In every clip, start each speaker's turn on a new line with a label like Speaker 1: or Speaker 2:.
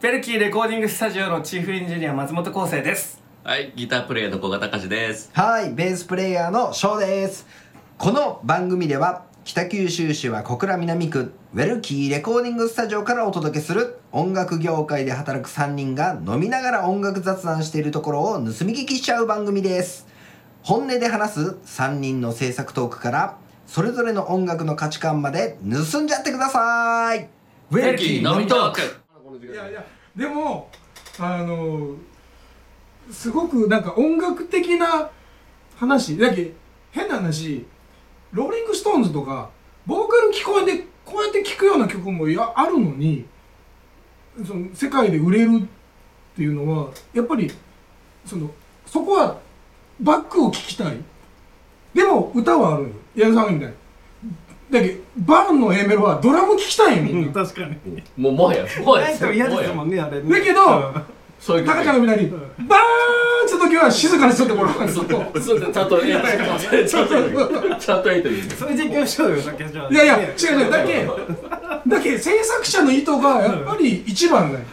Speaker 1: ペルキーレコーディングスタジオのチーフエンジニア松本康生です
Speaker 2: はい、ギタープレイヤーの古賀隆史です。
Speaker 3: はい、ベースプレイヤーの翔です。この番組では、北九州市は小倉南区、ウェルキーレコーディングスタジオからお届けする、音楽業界で働く3人が飲みながら音楽雑談しているところを盗み聞きしちゃう番組です。本音で話す3人の制作トークから、それぞれの音楽の価値観まで盗んじゃってください
Speaker 1: ウ
Speaker 2: ペルキー飲みトーク
Speaker 4: いやいやでもあのすごくなんか音楽的な話だけ変な話ローリング・ストーンズとかボーカル聞こえてこうやって聴くような曲もやあるのにその世界で売れるっていうのはやっぱりそのそこはバックを聴きたいでも歌はあるのよ矢部さんが言うみたいにだけどバーンの A メロはドラム聴きたいよみんな
Speaker 1: 確かに
Speaker 2: もうもはや、もはや、
Speaker 1: ないと嫌ですも
Speaker 2: もはや
Speaker 1: んねあれね
Speaker 4: だけど
Speaker 2: そういう
Speaker 4: タカちゃんのみなり、バーンって時は静かにしとってもらうんですよ。
Speaker 2: そうちゃんとやるちゃんとやるちゃんとやるという
Speaker 1: それでいきましょうよだけじゃあ
Speaker 4: いやいや、違う違う、だけ、だけ制作者の意図がやっぱり一番だよ。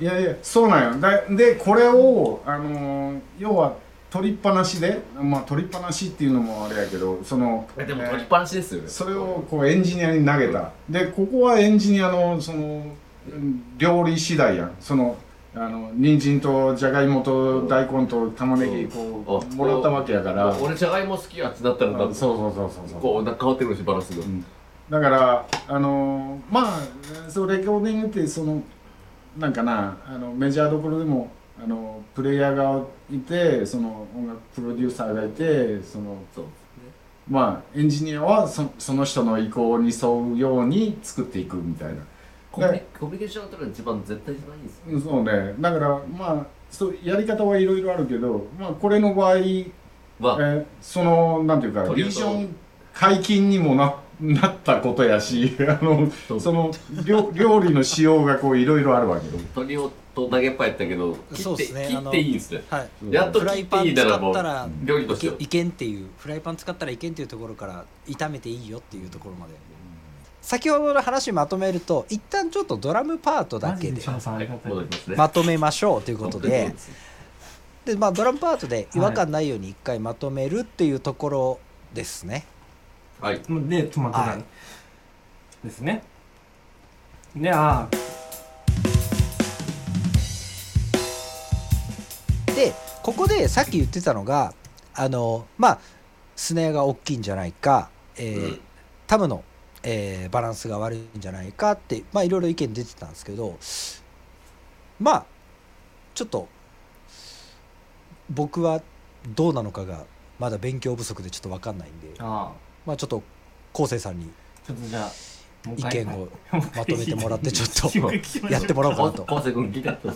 Speaker 5: いやいやそうなんよだでこれを、あのー要は取りっぱなしでまあ取りっぱなしっていうのもあれやけどその
Speaker 2: えでも取りっぱなしですよね。
Speaker 5: それをこうエンジニアに投げた、でここはエンジニアのそのうん料理次第やんそのあの人参とじゃがいもと大根と玉ねぎこ
Speaker 2: うん
Speaker 5: うもらったわけやからあ
Speaker 2: 俺じゃがいも好きやってなったら、な
Speaker 5: そ
Speaker 2: ん
Speaker 5: う
Speaker 2: か
Speaker 5: そうそうそうそう
Speaker 2: こう、なんか変わってくるし、バランスが。
Speaker 5: だからあのーまあそうレコーディングってそのなんかなあのメジャーどころでもあのプレイヤーがいてその音楽プロデューサーがいてその
Speaker 2: そう
Speaker 5: まあエンジニアはそその人の意向に沿うように作っていくみたいな
Speaker 2: コミュニコミュニケーションが取るのが一番、絶対一番いいですよ。
Speaker 5: うんそうねだからまあそうやり方はいろいろあるけど、まあ、これの場合、え
Speaker 2: は、
Speaker 5: ーそのなんていうか
Speaker 2: とりあ
Speaker 5: リ
Speaker 2: え
Speaker 5: ー
Speaker 2: ず
Speaker 5: ジョン解禁にもな なったことやしあの
Speaker 2: そう
Speaker 5: その料料理の仕様がこういろいろあるわけよ
Speaker 2: 鳥をと投げっぱやったけど、切
Speaker 6: そう
Speaker 2: っ
Speaker 6: で
Speaker 2: て、
Speaker 6: すね
Speaker 2: 切
Speaker 6: あ
Speaker 2: っ
Speaker 6: の
Speaker 2: ていいんですね。
Speaker 6: はい、
Speaker 2: やっと
Speaker 6: フラ
Speaker 2: 切
Speaker 6: イ
Speaker 2: っ
Speaker 6: パ
Speaker 2: ていい
Speaker 6: ン
Speaker 2: な
Speaker 6: 使
Speaker 2: ら
Speaker 6: っ
Speaker 2: もう
Speaker 6: た、ら
Speaker 2: 料理としてはい
Speaker 6: けんっていうフライパン使ったらいけんっていうところから炒めていいよっていうところまで先ほどの話まとめると一旦ちょっとドラムパートだけで
Speaker 2: はい戻りますね。
Speaker 6: まとめましょうということ
Speaker 2: そう
Speaker 6: で
Speaker 2: です
Speaker 6: で、まあ、ドラムパートで違和感ないように一回まとめるっていうところですね、
Speaker 2: はい。
Speaker 1: でトマト
Speaker 6: は
Speaker 1: が
Speaker 6: い
Speaker 1: ですねであ
Speaker 6: でここでさっき言ってたのがあのまあスネアが大きいんじゃないか、えー
Speaker 2: うん
Speaker 6: タムの、えーバランスが悪いんじゃないかってまあいろいろ意見出てたんですけどまあちょっと僕はどうなのかがまだ勉強不足でちょっと分かんないんで
Speaker 1: あ
Speaker 6: まあちょっと昴生さんに
Speaker 1: ちょっとじゃあもう
Speaker 6: 意
Speaker 1: 一回
Speaker 6: 見をまとめてもらってちょっ
Speaker 1: もう一回聞きましょ
Speaker 6: と
Speaker 1: う
Speaker 6: やってもらおうか
Speaker 2: こ
Speaker 6: な
Speaker 2: う
Speaker 6: と。
Speaker 2: こうせい君、ギターと。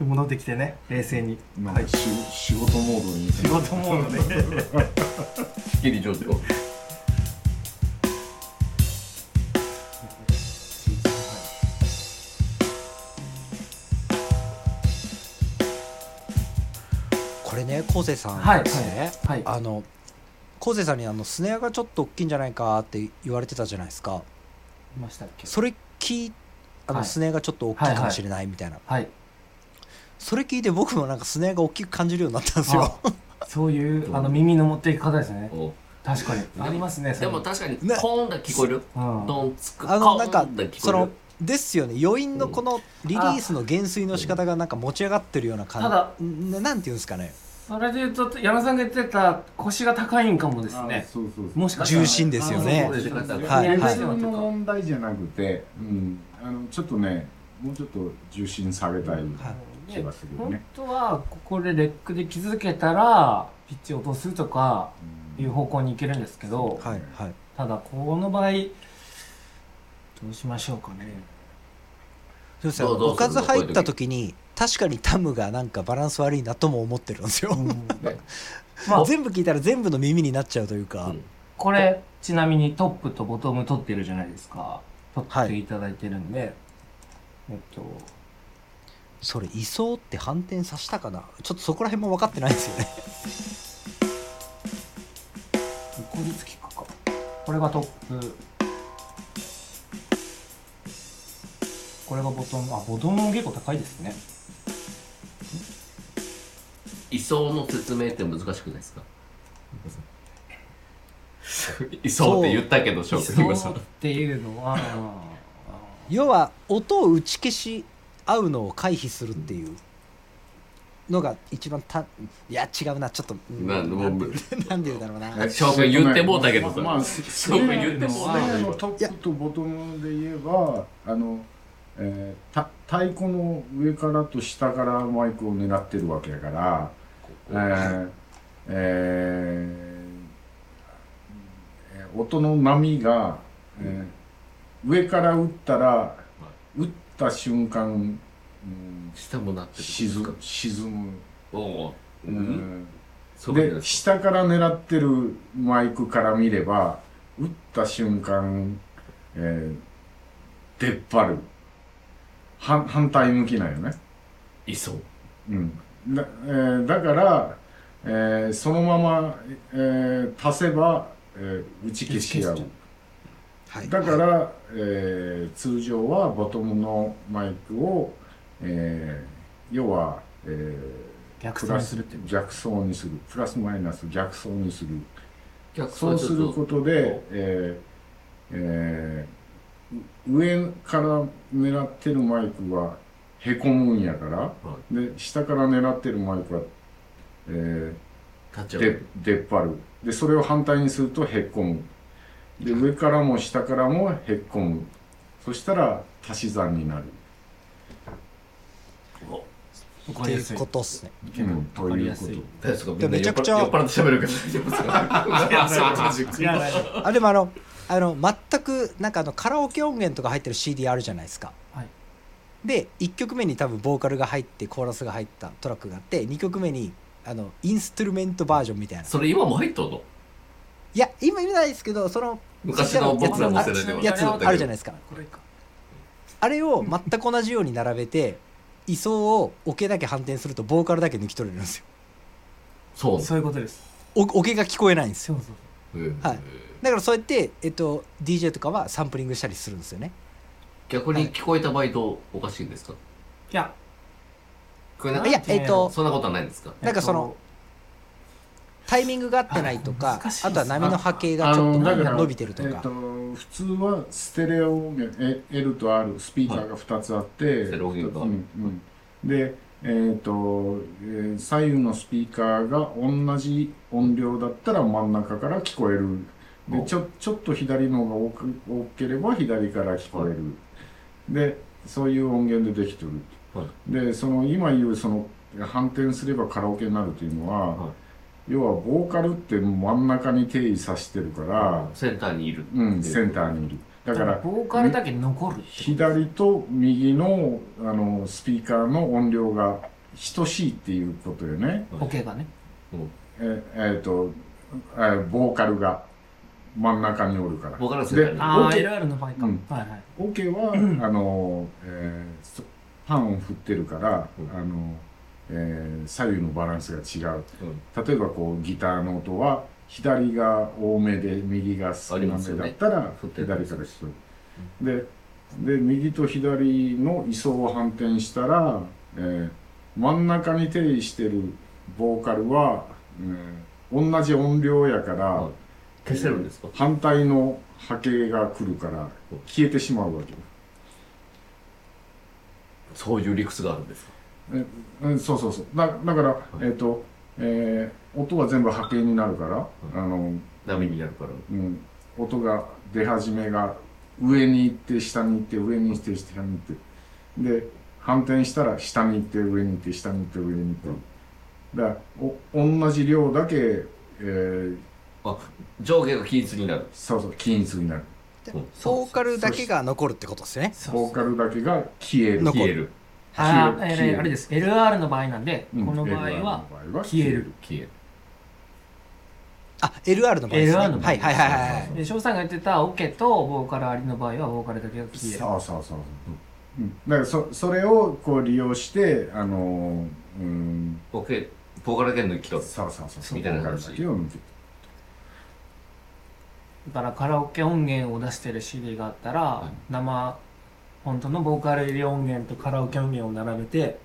Speaker 1: 戻ってきてね冷静に
Speaker 5: なん
Speaker 1: はい
Speaker 5: かし仕事モードに
Speaker 1: 仕事モードで
Speaker 2: 切り上手を。
Speaker 6: これね昴生さ
Speaker 1: はい
Speaker 6: んですね、
Speaker 1: はいは
Speaker 6: あの昴生さんにあのスネアがちょっと大きいんじゃないかって言われてたじゃないですか
Speaker 1: いましたっけ
Speaker 6: それ聞いあの、
Speaker 1: はい
Speaker 6: スネアがちょっと大きいかもしれないみたいな、
Speaker 1: はい
Speaker 6: それ聞いて僕もなんかスネアが大きく感じるようになったんですよ
Speaker 1: そういうあの耳の持っていき方ですね
Speaker 2: お
Speaker 1: 確かにありますねそ
Speaker 2: で
Speaker 1: れ
Speaker 2: も確かに、
Speaker 6: ね
Speaker 2: コーンだけ聞こえる。
Speaker 1: うん
Speaker 2: ドンつく、コ
Speaker 6: あ
Speaker 2: ー
Speaker 6: のなん
Speaker 2: ンだ
Speaker 6: か
Speaker 2: け聞こえる。
Speaker 6: そのですよね余韻のこのリリースの減衰の仕方がなんか持ち上がってるような
Speaker 1: ただ
Speaker 6: 感じななんていうんですかね
Speaker 1: それで言うと矢野さんが言ってた腰が高いんかもです
Speaker 5: あ
Speaker 1: ね
Speaker 5: そうそうそう
Speaker 1: もしかしたら
Speaker 6: 重心ですよね
Speaker 2: あそうですね
Speaker 6: はい
Speaker 5: やり
Speaker 1: はい
Speaker 5: 方の問題じゃなくて、うん、あのちょっとねもうちょっと重心下げたい気がするよ
Speaker 1: 本
Speaker 5: ね、
Speaker 1: 当はここでレックで気づけたらピッチを落とすとか
Speaker 5: う
Speaker 1: い
Speaker 5: ん
Speaker 1: う方向に行けるんですけど
Speaker 6: はいはい
Speaker 1: ただこの場合どうしましょうかね
Speaker 6: そうですよ
Speaker 2: どうどう
Speaker 6: おかず入った時に確かにタムがなんかバランス悪いなとも思ってるんですよ、
Speaker 1: まあ
Speaker 6: 全部聞いたら全部の耳になっちゃうというか、
Speaker 2: うん
Speaker 1: これちなみにトップとボトム取ってるじゃないですか取っていただいてるんでえっと
Speaker 6: それ「いそう」って反転させたかなちょっとそこら辺も分かってないですよね
Speaker 1: 1個ずつ聞くかこれがトップこれがボトムあボトムも結構高いですね
Speaker 2: 位相の説明って難しくないですか 位相って言ったけど
Speaker 1: そ
Speaker 2: 翔
Speaker 1: う
Speaker 2: くん今さ
Speaker 1: っていうのは
Speaker 6: 要は音を打ち消し合うのを回避するっていうのが一番たいや違 うなちょっとうん
Speaker 2: なんでもう
Speaker 6: なんで言うだろうな
Speaker 2: 翔くん言ってもうたけどさ
Speaker 5: まあ、
Speaker 2: 翔くん言ってもうたけど
Speaker 5: のトップとボトムで言えば、あの、えーた太鼓の上からと下からマイクを狙ってるわけだから、えーえーえー音の波が、えー上から打ったら、打った瞬間、うん、
Speaker 2: 下もなってる
Speaker 5: 沈む沈む、
Speaker 2: おおう
Speaker 5: うんん
Speaker 2: そうなん
Speaker 5: で
Speaker 2: です
Speaker 5: 下から狙ってるマイクから見れば打った瞬間、えー出っ張る反反対向きなんよね、
Speaker 2: 位相
Speaker 5: うんだえーだから、えーそのまま、えー足せば、えー打ち消し合う
Speaker 6: はい
Speaker 5: だから、えー通常はボトムのマイクを、えー要は、えー
Speaker 1: 逆
Speaker 5: プ
Speaker 1: 算
Speaker 5: ラ
Speaker 1: す
Speaker 5: ス
Speaker 1: るって
Speaker 5: 逆走にするプラスマイナス逆走にする
Speaker 2: 逆走
Speaker 5: そ
Speaker 2: は
Speaker 5: う
Speaker 2: ちょ
Speaker 5: す
Speaker 2: っ
Speaker 5: ることで、えーえーう上から狙ってるマイクはへこむんやから、で下から狙ってるマイクは、えー
Speaker 2: 立ち上が
Speaker 5: で
Speaker 2: る
Speaker 5: 出っ張るでそれを反対にするとへっこむで上からも下からもへっこむそしたら足し算になる、
Speaker 2: お
Speaker 1: 分
Speaker 6: っ
Speaker 1: か
Speaker 6: て
Speaker 1: り
Speaker 6: い
Speaker 1: やす
Speaker 6: う
Speaker 1: い
Speaker 6: ことっすね
Speaker 5: うん、というこ
Speaker 1: わかりやすい
Speaker 5: と
Speaker 2: 大丈夫ですかみんな
Speaker 6: めちゃくちゃ
Speaker 2: 酔っ払って喋るけど大丈夫ですかいやそう
Speaker 1: いや大丈夫
Speaker 6: あでもあのあの全くなんかあのカラオケ音源とか入ってる CD あるじゃないですか、
Speaker 1: はい
Speaker 6: で1曲目に多分ボーカルが入ってコーラスが入ったトラックがあって2曲目にあのインストゥルメントバージョンみたいな
Speaker 2: それ今も入っとんの
Speaker 6: いや今見ないですけどその
Speaker 2: 昔の僕らの世代では
Speaker 6: やつ
Speaker 2: そうだったけど
Speaker 6: あるじゃないですか
Speaker 4: これか
Speaker 6: あれを全く同じように並べて位相をオケだけ反転するとボーカルだけ抜き取れるんですよ
Speaker 2: そう
Speaker 1: そういうことです
Speaker 6: おオケが聞こえないんです
Speaker 1: そ
Speaker 6: よ
Speaker 1: うそう
Speaker 2: うん
Speaker 6: はいだからそうやって、えっと、DJ とかはサンプリングしたりするんですよね
Speaker 2: 逆に聞こえた場合どうおかしいんですか
Speaker 1: いや
Speaker 2: 聞こえなか
Speaker 6: い
Speaker 2: っ
Speaker 6: やえっと
Speaker 2: たそんなことはないんですか
Speaker 6: なんかそのタイミングが合ってないとか
Speaker 1: あ難しい
Speaker 6: あとは波の波形が
Speaker 5: あ
Speaker 6: ちょっと
Speaker 5: あのだから
Speaker 6: 伸びてると
Speaker 5: え
Speaker 6: か
Speaker 5: っと普通はステレオ音源え L と R スピーカーが2つあって、
Speaker 2: ステレオ音源が
Speaker 5: うんうん、で、えっとえー左右のスピーカーが同じ音量だったら真ん中から聞こえるで
Speaker 2: お
Speaker 5: ちょちょっと左の方が多く多ければ左から聞こえる、でそういう音源でできてる、
Speaker 2: は
Speaker 5: でその今言うその反転すればカラオケになるというのは、
Speaker 2: は
Speaker 5: 要はボーカルって真ん中に定位さしてるから、
Speaker 2: センターにいる
Speaker 5: うん、センターにいる。だから、
Speaker 1: ボーカルだけ残るってこと
Speaker 5: 左と右のあのスピーカーの音量が等しいっていうことよね。
Speaker 1: オケがね
Speaker 5: ええーと、えーボーカルが真ん中におるから。
Speaker 2: ボーカルがセンター
Speaker 5: で
Speaker 2: にいる
Speaker 1: ああ LR
Speaker 5: オケ
Speaker 1: の場合か、
Speaker 5: うん
Speaker 1: はいはい
Speaker 5: オケは、あの、えーそパンを振ってるから、あの、えー左右のバランスが違う。
Speaker 2: うん
Speaker 5: 例えばこうギターの音は左が多めで右が少なめだったら
Speaker 2: すよね
Speaker 5: 左から聞こえるでで右と左の位相を反転したら、えー真ん中に定位してるボーカルは、えー同じ音量やから、
Speaker 2: はい消せるんですか
Speaker 5: 反対の波形が来るから消えてしまうわけ
Speaker 2: そういう理屈があるんですか
Speaker 5: うん、そうそうそうだだから、えっ、と、えー音は全部波形になるから、あの
Speaker 2: 波になるから
Speaker 5: うん、音が出始めが上に行って下に行って上に行って下に行ってで反転したら下に行って上に行って下に行って上に行ってだからお同じ量だけ、えー
Speaker 2: あ上下が均一になる
Speaker 5: そうそう均一になる
Speaker 6: で
Speaker 2: うん
Speaker 6: ボーカルだけが残るってことですね
Speaker 5: ボーカルだけが消える
Speaker 6: 残
Speaker 2: 消える
Speaker 1: あ
Speaker 5: 消
Speaker 1: ー
Speaker 5: える
Speaker 1: え
Speaker 5: 消
Speaker 1: ー
Speaker 5: える
Speaker 1: あれです LR の場合なんで、
Speaker 5: うん
Speaker 1: この場合
Speaker 5: LR の
Speaker 1: は
Speaker 5: 場合は
Speaker 1: 消える
Speaker 2: 消える
Speaker 6: あ LR の場合ですね
Speaker 1: LR の場合
Speaker 6: はいはいはいはいはい
Speaker 1: で翔さんが言ってたオケとボーカルありの場合はボーカルだけが消える
Speaker 5: そうそうそう、うん、だからそそれをこう利用してあのーうん
Speaker 2: ボケボーカルだけ抜き
Speaker 5: そう
Speaker 2: 取る
Speaker 5: そうそう
Speaker 2: みたいな話
Speaker 5: ボーカルだけを見て
Speaker 1: だからカラオケ音源を出してる CD があったら、生本当のボーカル入り音源とカラオケ音源を並べて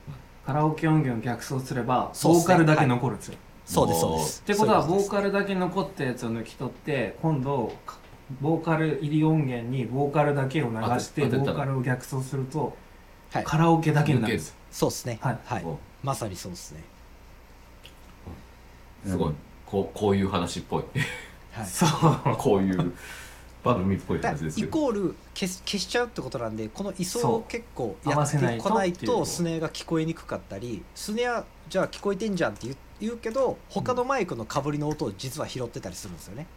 Speaker 1: カラオケ音源を逆走すれば
Speaker 6: そうっす
Speaker 1: ボ
Speaker 6: ね
Speaker 1: ーカルだけ残るんですよ。
Speaker 6: そうですそうです。
Speaker 1: ってことは
Speaker 6: そうい
Speaker 1: ボ
Speaker 6: う
Speaker 1: ーカルだけ残ったやつを抜き取って今度かボーカル入り音源にボーカルだけを流して
Speaker 2: 当
Speaker 1: ボ
Speaker 2: て当てた
Speaker 1: ーカルを逆走すると
Speaker 6: はい
Speaker 1: カラオケだけにな
Speaker 2: 抜
Speaker 1: る
Speaker 2: け
Speaker 1: ん
Speaker 2: る
Speaker 1: です
Speaker 2: す
Speaker 6: そうですね。
Speaker 1: はい
Speaker 6: はい
Speaker 2: お。
Speaker 6: まさにそうですね。
Speaker 2: ごいこうこういう話っぽい
Speaker 6: はい。
Speaker 1: そう
Speaker 2: こういう番組っぽい
Speaker 6: だ
Speaker 2: 話
Speaker 6: か
Speaker 2: で
Speaker 6: ら
Speaker 2: すけ
Speaker 6: イ
Speaker 2: ど
Speaker 6: コール消す消しちゃうってことなんでこの位相
Speaker 1: そ
Speaker 6: を
Speaker 1: う
Speaker 6: 結構
Speaker 1: 合
Speaker 6: や
Speaker 1: わ
Speaker 6: って
Speaker 1: せないと
Speaker 6: こない
Speaker 1: っていう
Speaker 6: とスネアが聞こえにくかったりスネアじゃあ聞こえてんじゃんって言う言うけど他のマイクのかぶりの音を実は拾ってたりするんですよね。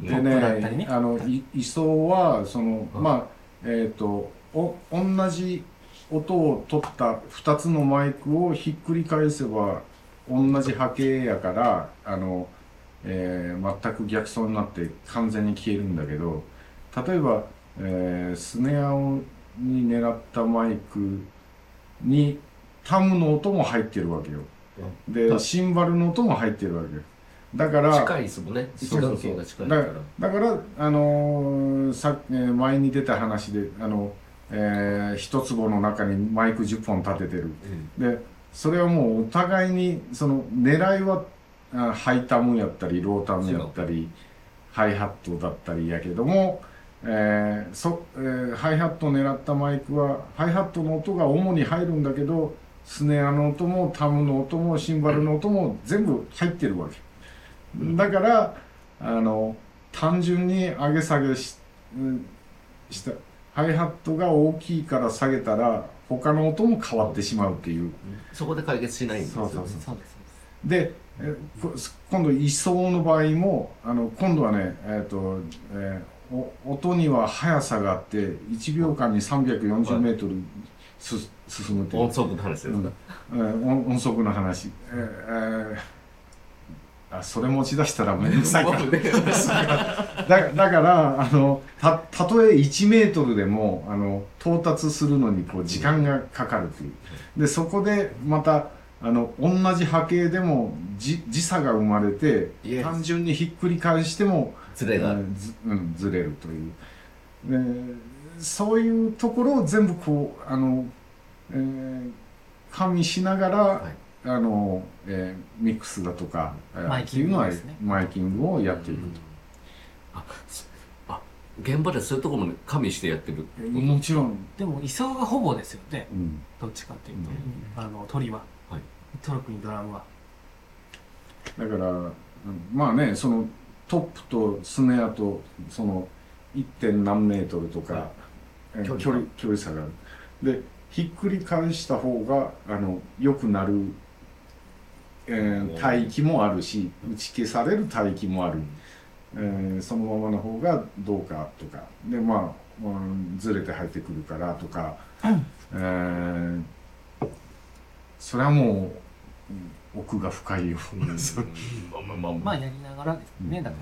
Speaker 2: ね
Speaker 5: で
Speaker 1: トップだったり
Speaker 5: ね
Speaker 1: ね
Speaker 5: あのい位相はその、
Speaker 2: うん
Speaker 5: まあえっ、とお同じ音を取った2つのマイクをひっくり返せば同じ波形やからあの、えー全く逆走になって完全に消えるんだけど例えば、えースネアをに狙ったマイクにタムの音も入ってるわけよ。
Speaker 2: う
Speaker 5: で
Speaker 2: ん
Speaker 5: シンバルの音も入ってるわけよ。だから
Speaker 2: 近いですもんね位置関係が近いか
Speaker 5: だかららだから、あのーさえー前に出た話で、あのえー一坪の中にマイク10本立ててる、でそれはもうお互いにその狙いはあハイタムやったりロータムやったりハイハットだったりやけども、えーそえーハイハットを狙ったマイクはハイハットの音が主に入るんだけどスネアの音もタムの音もシンバルの音も全部入ってるわけ。だからあの単純に上げ下げしうんしたハイハットが大きいから下げたら他の音も変わってしまうっていう
Speaker 2: そこで解決しないんですよね
Speaker 5: そうそう
Speaker 1: そうです
Speaker 5: でえこ今度位相の場合もあの今度はねえっ、と、えーお音には速さがあって1秒間に340メートルす、進むという
Speaker 2: 音速の話ですから、
Speaker 5: うん音音速の話、えーえーあそれ持ち出したらめんどくさいから だだからあのたたとえ1メートルでもあの到達するのにこう時間がかかるというでそこでまたあの同じ波形でもじ時差が生まれて
Speaker 2: いえ
Speaker 5: 単純にひっくり返しても
Speaker 2: ズレがあ
Speaker 5: う
Speaker 2: る
Speaker 5: んずうん、ずれるという、えーそういうところを全部こうあの、えー加味しながら、
Speaker 2: い
Speaker 5: あのえーミックスだとか、えー
Speaker 1: マイキングですね
Speaker 5: っていうのはマイキングをやっていく
Speaker 2: うんあそあ現場でそういうところも加味してやってる
Speaker 5: と、もちろん、
Speaker 1: でも位相がほぼですよね
Speaker 5: うん
Speaker 1: どっちかっていうと、
Speaker 5: う
Speaker 1: あの鳥は、
Speaker 2: はい
Speaker 1: トロックにドラムは
Speaker 5: だからうんまあねそのトップとスネアとその 1. 点何メートルとか、
Speaker 2: はい
Speaker 5: えー
Speaker 2: 距離
Speaker 5: 距離距離差があるでひっくり返した方があの良くなる、えー
Speaker 2: うん
Speaker 5: 帯域もあるし打ち消される帯域もある、えーそのままの方がどうかとかでまあ、うんずれて入ってくるからとか、えーそれはもううん奥が深 いような、そう
Speaker 2: まあまあま
Speaker 1: ま
Speaker 2: あ
Speaker 1: あやりながらですね、
Speaker 5: うん
Speaker 1: だか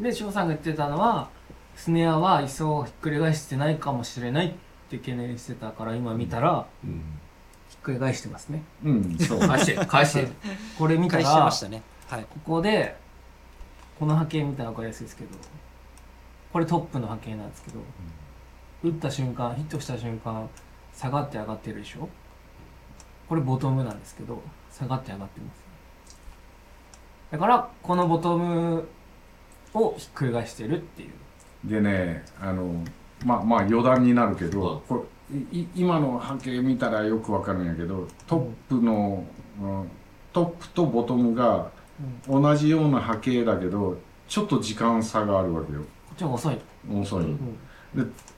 Speaker 1: らで翔さんが言ってたのはスネアは位相をひっくり返してないかもしれないって懸念してたから今見たら
Speaker 2: うん
Speaker 1: ひっくり返してますね
Speaker 5: うんそう
Speaker 2: 返して返 して
Speaker 1: これ見た
Speaker 6: 返して
Speaker 1: ら
Speaker 6: ましたね。はい。
Speaker 1: ここでこの波形見たら分かりやすいですけどこれトップの波形なんですけど、打った瞬間ヒットした瞬間下がって上がってるでしょこれボトムなんですけど下がって上がってますだからこのボトムをひっくり返してるっていう
Speaker 5: でねあのまあまあ余談になるけ
Speaker 2: うん
Speaker 5: ど、これいい今の波形見たらよくわかるんやけどトップの、うんトップとボトムが同じような波形だけどちょっと時間差があるわけよ
Speaker 1: こっちは遅い、
Speaker 5: 遅い、
Speaker 2: うん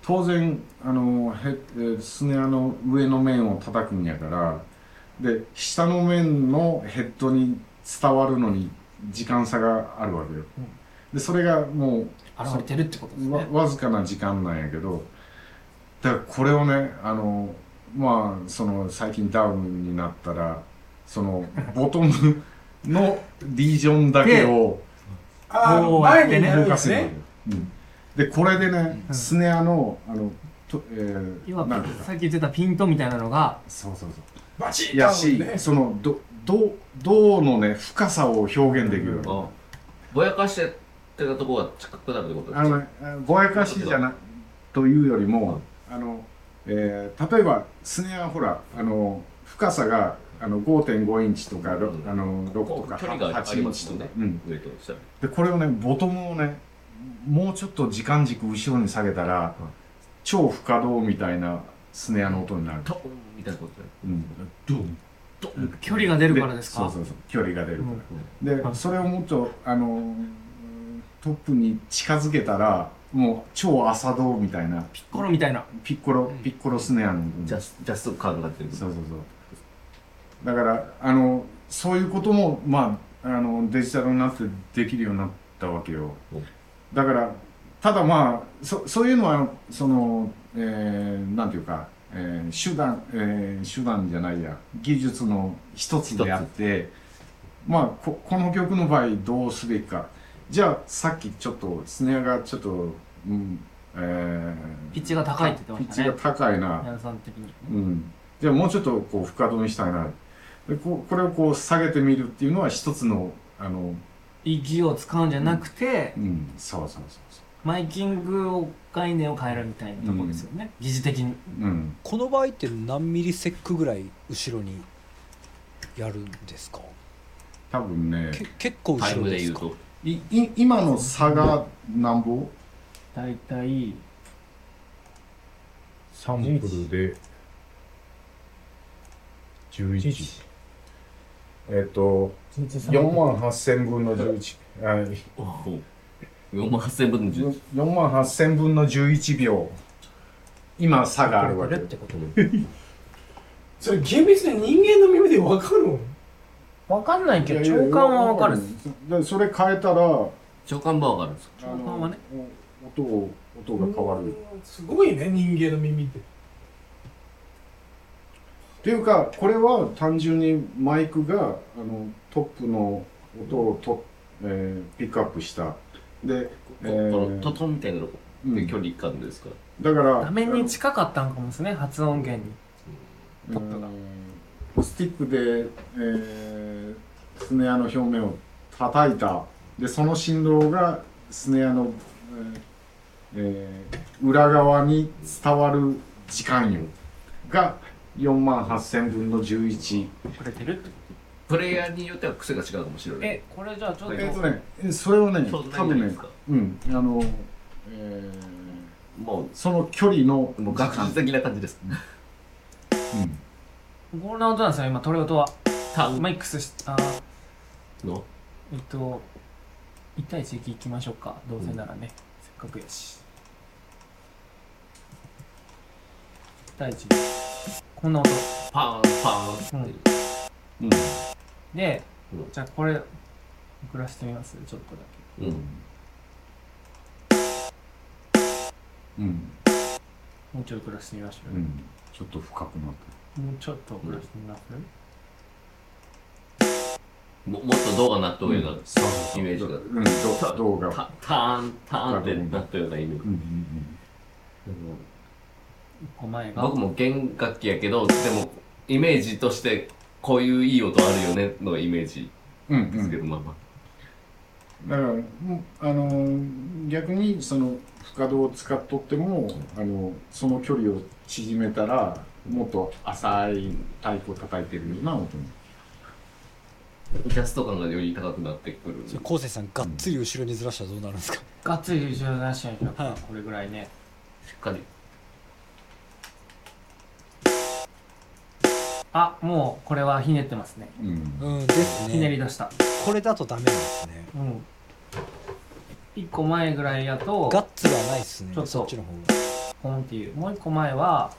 Speaker 5: 当然あのへえースネアの上の面を叩くんやからで下の面のヘッドに伝わるのに時間差があるわけよ、
Speaker 1: うん
Speaker 5: でそれがもう
Speaker 1: 現れてるってことです
Speaker 5: わ
Speaker 1: ね
Speaker 5: わずかな時間なんやけどだからこれをねあのまあその最近ダウンになったらその ボトムのリージョンだけを
Speaker 4: あ
Speaker 1: お
Speaker 4: ー
Speaker 1: ー
Speaker 4: 前で
Speaker 1: で
Speaker 4: ね
Speaker 1: ね
Speaker 4: やるん
Speaker 5: 動
Speaker 4: で
Speaker 5: か
Speaker 4: す
Speaker 5: せる、
Speaker 4: ね
Speaker 5: うんでこれでね、
Speaker 1: うん
Speaker 5: スネアのあのと、えー
Speaker 1: 今
Speaker 5: なんていうか
Speaker 1: さっき言ってたピントみたいなのが
Speaker 5: そうそうそう
Speaker 4: バチ
Speaker 5: いや
Speaker 4: ッ
Speaker 5: し、
Speaker 4: とね
Speaker 5: そのどど銅のね深さを表現できるわけ、
Speaker 2: あぼやかしてってたとこが近くなるってことです
Speaker 5: あのね、ぼやかしじゃなというよりも、あのえー例えばスネアほらあの深さがあの5.5インチとか、ろ
Speaker 2: うん
Speaker 5: あの6とか
Speaker 2: 距離があ
Speaker 5: 8
Speaker 2: り
Speaker 5: イ
Speaker 2: ま
Speaker 5: ン
Speaker 2: す
Speaker 5: チ
Speaker 2: も
Speaker 5: と
Speaker 2: ん
Speaker 5: か、
Speaker 2: ね
Speaker 5: うん、
Speaker 2: 上と下に
Speaker 5: でこれをねボトムをねもうちょっと時間軸後ろに下げたら、超不可動みたいなスネアの音になる、
Speaker 2: トーンみたいなことで
Speaker 5: うん、
Speaker 2: ドゥンドゥン
Speaker 1: 距離が出るからですか
Speaker 5: そうそうそう距離が出るから、
Speaker 1: うん
Speaker 5: で
Speaker 1: はい
Speaker 5: それをもっとあのうんトップに近づけたらもう超朝堂みたいな
Speaker 1: ピッコロみたいな
Speaker 5: ピッコロピッコロスネアの、
Speaker 2: ジャスジャストカードが出てく
Speaker 5: そ
Speaker 2: る
Speaker 5: うそうそうだからあのそういうこともまああのデジタルになってできるようになったわけよ
Speaker 2: お
Speaker 5: だからただまあそそういうのはその、えーなんていうか、えー手段、えー手段じゃないや技術の一つであってまあここの曲の場合どうすべきかじゃあさっきちょっとスネアがちょっと、うんえー
Speaker 1: ピッチが高いって言ってましたね
Speaker 5: ピッチが高いな、
Speaker 1: 皆さん的に
Speaker 5: うん、じゃあもうちょっとこう深度にしたいなでここれをこう下げてみるっていうのは一つのあの、
Speaker 1: 息を使うんじゃなくて
Speaker 5: うん、そうそうそうそ
Speaker 1: マイキングを概念を変えるみたいなとこですよね疑似的に
Speaker 5: う、うん、
Speaker 6: この場合って何ミリセックぐらい後ろにやるんですか
Speaker 5: 多分ね
Speaker 6: け結構
Speaker 2: タイ
Speaker 6: 後ろ
Speaker 2: ムで
Speaker 6: で
Speaker 2: 言
Speaker 6: す
Speaker 2: う
Speaker 6: か
Speaker 2: と
Speaker 5: いい今の差がなんぼ
Speaker 1: 大体
Speaker 7: サンプルで11
Speaker 5: えっと4万8000分の11
Speaker 2: おお4万8000分の10
Speaker 5: 4万8000分の11秒今差があるわけよ
Speaker 4: それ厳密に人間の耳で分かるもん
Speaker 1: 分かんないけど
Speaker 5: いやいや
Speaker 1: 長官は分かる
Speaker 5: でそれ変えたら
Speaker 2: 長官バーガーなんですか
Speaker 1: 長官はね
Speaker 5: あの音を音が変わる
Speaker 4: すごいね人間の耳って
Speaker 5: っていうかこれは単純にマイクがあのトップの音をと、えーピックアップしたで、え
Speaker 2: こ
Speaker 5: ー
Speaker 2: のトトンみたいなの
Speaker 5: うん
Speaker 2: で距離感ですか
Speaker 5: だから
Speaker 1: 画面に近かったんかもですね発音源に
Speaker 5: あのうんスティックで、えースネアの表面を叩いたでその振動がスネアの、えーえー裏側に伝わる時間よが4万8000分の11。
Speaker 1: くれてるって
Speaker 2: プレイヤーによっては癖が違うかもしれない
Speaker 1: えこれじゃあちょっと
Speaker 5: えっとね、それをね、
Speaker 2: そんな
Speaker 5: 多
Speaker 2: にない
Speaker 5: 分
Speaker 2: で
Speaker 5: ね
Speaker 2: すか、
Speaker 5: うん、あの、え
Speaker 2: も
Speaker 5: ー、その距離の、
Speaker 2: うもう学術的な感じです
Speaker 1: こんな音なんですよ今トレ音は
Speaker 2: タウン
Speaker 1: マイクスしあ
Speaker 2: の
Speaker 1: えっと1対1行きましょうかどうせならね、せっかくやし1対1こんな音
Speaker 2: パーンパーンっていう
Speaker 5: うん、
Speaker 1: で、
Speaker 2: うん
Speaker 1: じゃあこれ送らせてみますちょっとだ
Speaker 2: うん
Speaker 5: うん、
Speaker 1: けもうちょい送らせてみましょ
Speaker 5: う、
Speaker 1: うん
Speaker 5: ちょっと深くなった。
Speaker 1: もうちょっと送らせてみます、
Speaker 2: ももっと動画なったようなイメージが
Speaker 5: うん、ど動画を。
Speaker 2: タターンターンってなったようなイメー
Speaker 5: うん、うん、
Speaker 2: ジ
Speaker 1: 一個前が
Speaker 2: 僕も弦楽器やけどでもイメージとしてこういういい音あるよねのイメージ
Speaker 5: うん、う
Speaker 2: ですけ
Speaker 5: ん、
Speaker 2: どまあま
Speaker 5: だから、うんあのー、逆に、その、不可動を使っとっても、あの、その距離を縮めたら、もっと浅い太鼓を叩いてるような音に。
Speaker 2: あキャスト感がより高くなってくる
Speaker 6: それ昴生さんがっつり後ろにずらしたらどうなるんですか
Speaker 1: がっつり後ろに出しちゃいましょうか、
Speaker 6: はい
Speaker 1: これぐらいね
Speaker 2: しっかり
Speaker 1: あもうこれはひねってますね
Speaker 5: うん。
Speaker 6: うんです
Speaker 1: ひねり
Speaker 6: ね
Speaker 1: 出した
Speaker 6: これだとダメなんですね
Speaker 1: うん1個前ぐらいやと
Speaker 6: ガッツはないですね
Speaker 1: ちょっと
Speaker 6: そっちの方
Speaker 1: ポンっていうもう一個前は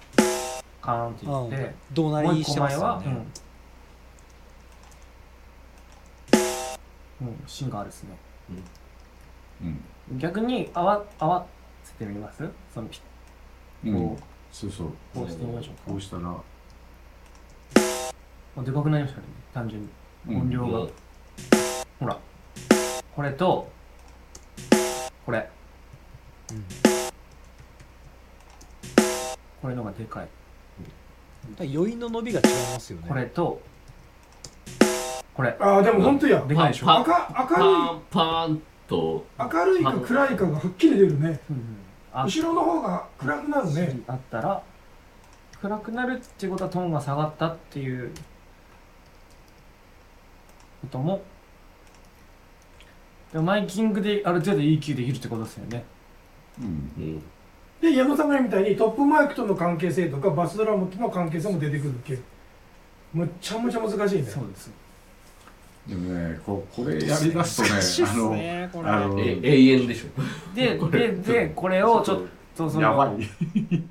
Speaker 1: カーンって
Speaker 6: が
Speaker 1: 言っ
Speaker 6: う
Speaker 1: て、
Speaker 6: んどうな
Speaker 1: もう
Speaker 6: り
Speaker 1: 一
Speaker 6: して
Speaker 1: 個
Speaker 6: ます
Speaker 1: 前
Speaker 6: よ
Speaker 1: は、
Speaker 6: ね
Speaker 1: うん、うん、芯があるですね
Speaker 5: うん。
Speaker 1: 逆に合わ合わせてみますそのピ
Speaker 5: う
Speaker 1: こ
Speaker 5: ん。そうそう。
Speaker 1: こうしてみましょうか
Speaker 5: こうしたら、
Speaker 1: ッでかくなりましたね単純に音量が、
Speaker 2: うん
Speaker 1: ほらこれとこれ
Speaker 6: うん
Speaker 1: これのがでかい
Speaker 6: だから余韻の伸びが違いますよね
Speaker 1: これとこれ
Speaker 4: ああでも本当や
Speaker 1: でかいでしょ
Speaker 2: パ
Speaker 4: 明か
Speaker 2: パ
Speaker 4: 明るい
Speaker 2: ーンパーンと
Speaker 4: 明るいか暗いかがはっきり出るね
Speaker 1: うんうんあ
Speaker 4: 後ろの方が暗くなるね
Speaker 1: あったら暗くなるっていうことはトーンが下がったっていうこともでもマイキングである程度 EQ できるってことですよね
Speaker 5: うん
Speaker 2: うん
Speaker 4: で矢野さんが言うみたいにトップマイクとの関係性とかバスドラムとの関係性も出てくるけどむっちゃむちゃ難しいね
Speaker 1: そうです
Speaker 5: でもねここれやりだす
Speaker 8: っ
Speaker 5: とね
Speaker 8: ねこ
Speaker 5: あ
Speaker 8: れ
Speaker 5: のあの
Speaker 2: え永遠でしょ
Speaker 1: でででこれをちょっとそ
Speaker 5: や
Speaker 1: の
Speaker 5: ばい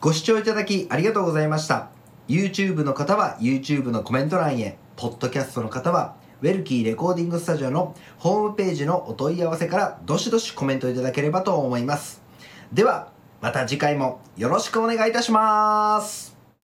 Speaker 6: ご視聴いただきありがとうございました。YouTube の方は YouTube のコメント欄へ、Podcast の方はウェルキーレコーディングスタジオのホームページのお問い合わせからどしどしコメントいただければと思います。では、また次回もよろしくお願いいたします。